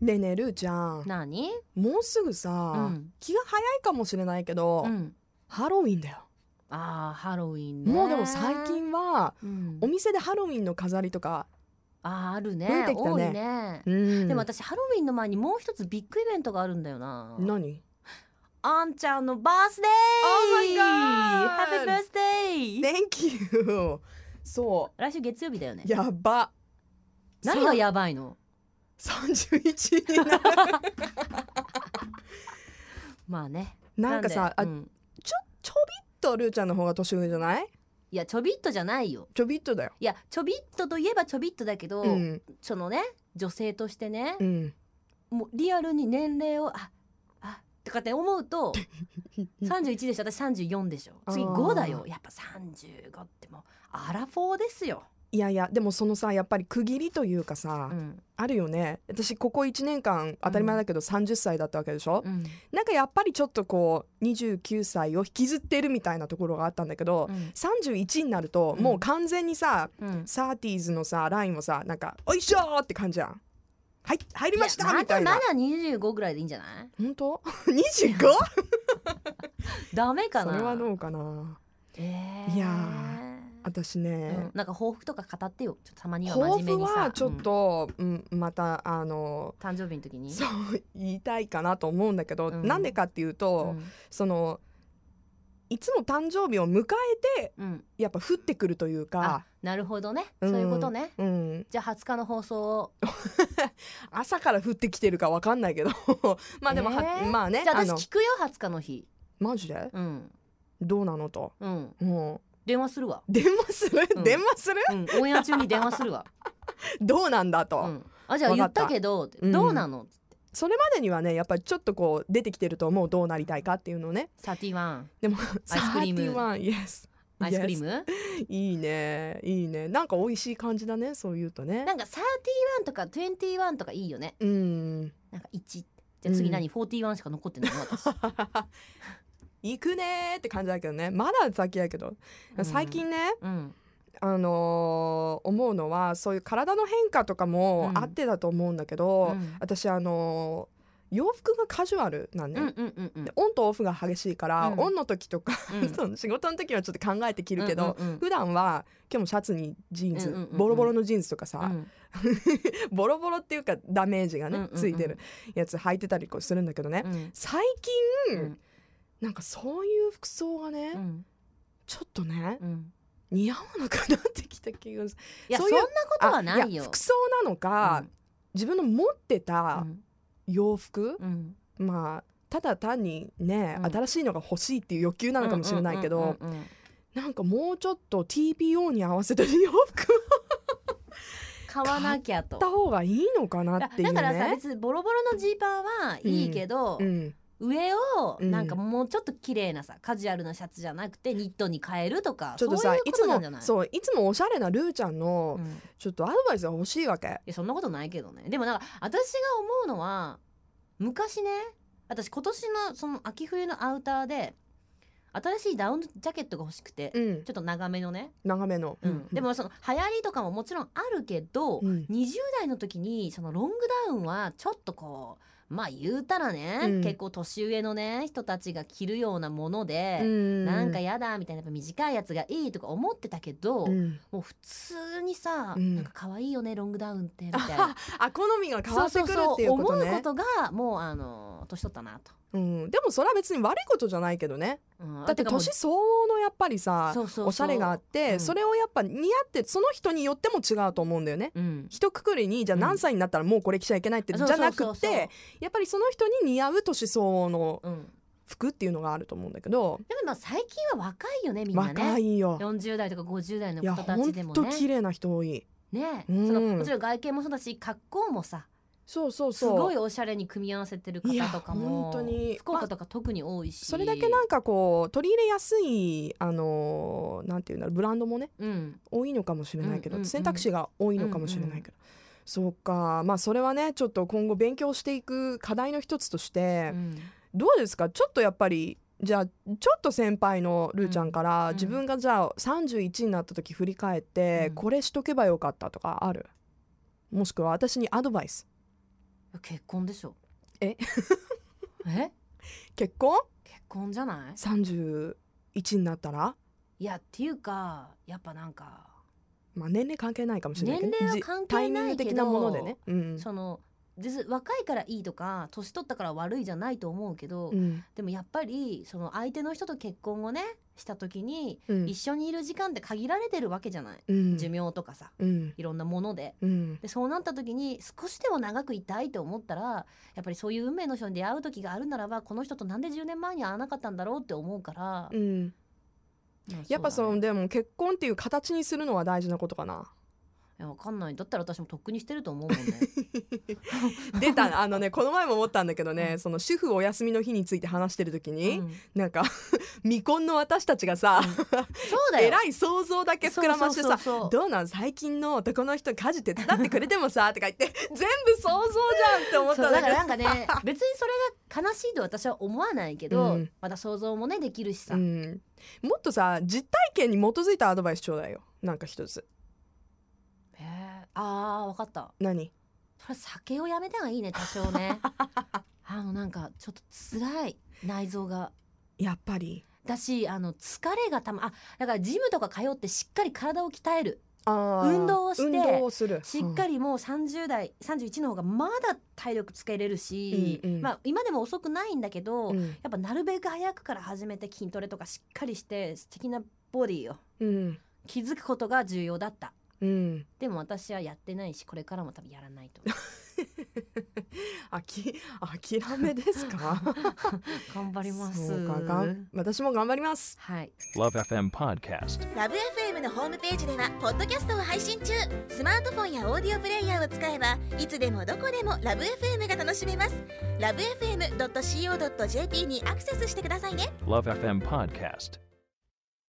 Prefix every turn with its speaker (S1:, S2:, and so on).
S1: ねえねえるーちゃん
S2: 何
S1: もうすぐさ、
S2: うん
S1: 気が早いかもしれないけど、
S2: うん
S1: ハロウィンだよ
S2: ああハロウィンね
S1: もうでも最、近は
S2: うん
S1: お店でハロウィンの飾りとか、
S2: あーあるね
S1: 増えてきたね
S2: 多いね、
S1: うん
S2: でも私ハロウィンの前にもう一つビッグイベントがあるんだよな
S1: 何
S2: あんちゃんのバースデー
S1: Oh my god
S2: Happy birthday、
S1: Thank you そ
S2: 来週月曜日だよね
S1: うやば
S2: 何がやばいの
S1: 三十一 になる
S2: まあね
S1: なんかさ
S2: で
S1: あ
S2: うん
S1: ちょびっとルーちゃんの方が年上じゃない
S2: いやちょびっとじゃないよ
S1: ちょびっとだよ
S2: いやちょびっとといえばちょびっとだけど、
S1: うん
S2: そのね女性としてね、
S1: うん
S2: もうリアルに年齢をああとかって思う と31でしょ私34でしょ次
S1: あー
S2: 5だよやっぱ35ってもうアラフォーですよ、
S1: いやいやでもそのさやっぱり区切りというかさ、
S2: うん
S1: あるよね私ここ1年間当たり前だけど30歳だったわけでしょ、
S2: うん
S1: なんかやっぱりちょっとこう29歳を引きずってるみたいなところがあったんだけど、
S2: うん
S1: 31になるともう完全にさ、
S2: うん、
S1: サーティーズのさラインもさなんか「おいしょー!」って感じやん。はい入りましたみたい
S2: いやま
S1: な。
S2: だまだ25ぐらいでいいんじゃない
S1: 本当 ?25?
S2: ダメか
S1: そ
S2: な
S1: れはどうかな
S2: えー
S1: いやー私
S2: うん
S1: ね、
S2: なんか抱負とか語ってよちょっとたまには
S1: 抱
S2: 真面
S1: 負
S2: 目にさ
S1: はちょっ
S2: うん
S1: と、うんまたあの
S2: 誕生日の時に
S1: そう言いたいかなと思うんだけど、
S2: うん
S1: なんでかっていうと、
S2: ん
S1: そのいつも誕生日を迎えて
S2: うん
S1: やっぱ降ってくるという
S2: あ
S1: か、
S2: なるほどね、
S1: うん
S2: そういうことね
S1: うん、
S2: じゃあ20日の放送を
S1: 朝から降ってきてるかわかんないけど まあでもは、
S2: えー
S1: まあね
S2: じゃあ
S1: あ
S2: 私
S1: の
S2: 聞くよ20日の日
S1: マジで
S2: うん
S1: どうなのと、
S2: うん
S1: も
S2: 電話するわ
S1: う電話する、
S2: うん
S1: 電話する
S2: うん、オンエア中に電話す るわ。
S1: どうなんだと、
S2: うん、あじゃあ言ったけど
S1: たうん
S2: どうなの、
S1: それまでにはねやっぱりちょっとこう出てきてると思うどうなりたいかっていうのをね
S2: サティワン
S1: でも
S2: アイスクリーム
S1: 31 yes
S2: アイスクリー
S1: Yes
S2: ム、
S1: いいねいいねなんか美味しい感じだねそういうとね
S2: なんかサティワンとかトゥエンティワンとかいいよね。
S1: うん
S2: なんか一じゃあ次
S1: う
S2: 何フォーティワンしか残ってない の私。
S1: 行くねーって感じだけどねまだ先やけど最近ね、
S2: うん、
S1: あのー思うのはそういう体の変化とかも
S2: うん
S1: あってだと思うんだけ
S2: う
S1: ど、
S2: ん
S1: 私あのー洋服がカジュアルなん
S2: う
S1: ね、
S2: んうんうんうん
S1: でオンとオフが激しいから、
S2: うん
S1: オンの時とか、
S2: うん
S1: その仕事の時はちょっと考えて着るけど、
S2: うんうん
S1: 普段は今日もシャツにジーンズ、
S2: うんうんうんうん
S1: ボロボロのジーンズとか
S2: う
S1: さ、
S2: ん
S1: ボロボロっていうかダメージがね、
S2: うんうんうん
S1: ついてるやつ履いてたりこうするんだけどね、
S2: うん
S1: 最
S2: う
S1: 近、
S2: ん
S1: なんかそういう服装がね、
S2: うん
S1: ちょっとね、
S2: うん
S1: 似合わなくなってきた気がする
S2: いや
S1: そ
S2: そう
S1: い
S2: ん
S1: う
S2: なことは
S1: あ
S2: ないよ。
S1: 服装なのか、自分の持って
S2: う
S1: た
S2: ん
S1: 洋服、
S2: うん
S1: まあただ単にね、
S2: うん
S1: 新しいのが欲しいっていう欲求なのかもしれないけど、
S2: うんうんうんうん
S1: なんかもうちょっと TPO に合わせた洋服を
S2: 買わなきゃ
S1: 買
S2: と
S1: っ。た方がいいのかな
S2: だ
S1: っていう
S2: だ
S1: ね。
S2: からさ別にボロボロのジーパンはいいけど、
S1: うん、
S2: 上を
S1: うん
S2: なんかもうちょっと綺麗なさ、カジュアルなシャツじゃなくてニットに変えるとか
S1: ちょっと
S2: そう
S1: さ
S2: い
S1: いう
S2: こ
S1: つ
S2: とな
S1: も
S2: んじゃない
S1: そういつもおしゃれなルーちゃんの、
S2: うんい
S1: ちょっとアドバイスが欲しいわけ。
S2: やそんなことないけどねでもなんか私が思うのは昔ね私今年のその秋冬のアウターで新しいダウンジャケットが欲しくて、
S1: うん
S2: ちょっと長めのね、
S1: 長めの。
S2: うんでもその流行りとかももちろんあるけど、
S1: うん
S2: 20代の時にそのロングダウンはちょっとこうまあ言うたらね、
S1: うん
S2: 結構年上のね人たちが着るようなもので、
S1: うん
S2: なんかやだみたいなやっぱ短いやつがいいとか思ってたけど、
S1: うん
S2: もう普通にさ、
S1: うん
S2: なんか可愛いよねロングダウンってみたい
S1: あ
S2: な
S1: あ好みが変わってくるっていうこと
S2: 思う
S1: ね
S2: こ。とがもうあの年取ったなと、
S1: うん、でもそれは別に悪いことじゃないけどね。
S2: うん
S1: だって
S2: かもう
S1: 年相応のやっぱりさ
S2: そうそうそう
S1: おしゃれがあって、
S2: うん
S1: それをやっぱ似合ってその人によっても違うと思うんだよね。
S2: うん
S1: 一括りにじゃあ
S2: うん
S1: 何歳になったらもうこれ着ちゃいけないって、
S2: そう
S1: じ
S2: そ
S1: ゃ
S2: うそう
S1: な
S2: そう
S1: くてやっぱりその人に似合う年相応の
S2: うん、
S1: 服っていうのがあると思うんだけど、
S2: でもまあ最近は若いよねみんなね
S1: 若いよ。
S2: 40代とか50代の
S1: いや
S2: 子たち
S1: 本
S2: でも
S1: 当
S2: ね
S1: 綺麗な人多い。
S2: ねえ、
S1: うん
S2: そのもちろん外見もそうだし格好もさ
S1: そうそう
S2: す
S1: そう。
S2: ごいおしゃれに組み合わせてる方
S1: いや
S2: とかも
S1: 本当に
S2: 福岡とか特に多いし、
S1: それだけなんかこう取り入れやすいあのーなんていうんだろうブランドもね
S2: うん
S1: 多いのかもしれないけど、
S2: うんうんうん
S1: 選択肢が多いのかもしれないけど、そうかまあそれはねちょっと今後勉強していく課題の一つとし
S2: う
S1: て、
S2: ん
S1: どうですかちょっとやっぱりじゃあちょっと先輩のルーちゃんから、
S2: うん
S1: 自分がじゃあ31になった時振り返って、
S2: うん
S1: これしとけばよかったとかあるもしくは私にアドバイス
S2: や結婚でしょ
S1: え
S2: え
S1: 結婚
S2: 結婚じゃない
S1: ?31 になったら
S2: いやっていうかやっぱなんか
S1: まあ年齢関係ないかもしれないけ
S2: 年
S1: ど
S2: 齢は
S1: じ
S2: 関
S1: タ
S2: 係
S1: イミン
S2: な
S1: グ
S2: いけど
S1: 的なものでね、うん
S2: そのです若いからいいとか年取ったから悪いじゃないと思うけど、
S1: うん
S2: でもやっぱりその相手の人と結婚をねした時に
S1: うん
S2: 一緒にいる時間って限られてるわけじゃない、
S1: うん
S2: 寿命とかさ
S1: うん
S2: いろんなもので。
S1: うん
S2: でそうなった時に少しでも長くいたいと思ったらやっぱりそういう運命の人に出会う時があるならばこの人となんで10年前に会わなかったんだろうって思うから、
S1: うん
S2: まあ
S1: やっぱ
S2: う
S1: そ
S2: だね
S1: のでも結婚っていう形にするのは大事なことか ない
S2: やわかんないだったら私もとっくにしてる と思うもんね
S1: 出たあのねこの前も思ったんだけどね、
S2: う
S1: その主婦お休みの日について話してる時に、
S2: うん
S1: なんか 未婚の私たちがさ、
S2: そうだよ
S1: えらい想像だけ膨らましてさ
S2: そうそうそうそう
S1: どうなん最近の男の人家事手伝ってくれても さとか言って全部想像じゃんって思っ
S2: そ
S1: た
S2: うん
S1: だ
S2: だ
S1: けど
S2: からなんかね 別にそれが悲しいと私は思わないけど、
S1: うん
S2: また想像もねできるしさ、
S1: うん、もっとさ実体験に基づいたアドバイスちょうだいよなんか一つ
S2: へえあーわかった
S1: 何
S2: それ酒をやめた方がいいね多少 ねあのなんかちょっと辛い内臓が
S1: やっぱり
S2: だしあの疲れがたまあだからジムとか通ってしっかり体を鍛える
S1: あー
S2: 運動をして
S1: 運動をする
S2: しっかりもう30代31の方がまだ体力つけれるし、
S1: うんうん
S2: まあ、今でも遅くないんだけど、
S1: うん
S2: やっぱなるべく早くから始めて筋トレとかしっかりして素敵なボディを
S1: うん
S2: 気づくことが重要だった
S1: うん
S2: でも私はやってないしこれからも多分やらないと
S1: あき諦めです か
S2: 頑張ります
S1: そうかがん私も頑張ります
S2: はい
S3: Love FM Podcast.
S4: ラブ f m のホームページではポッドキャストを配信中スマートフォンやオーディオプレイヤーを使えばいつでもどこでもラブ f m が楽しめますラブ FM.co.jp にアクセスしてくださいね
S3: Love FM Podcast.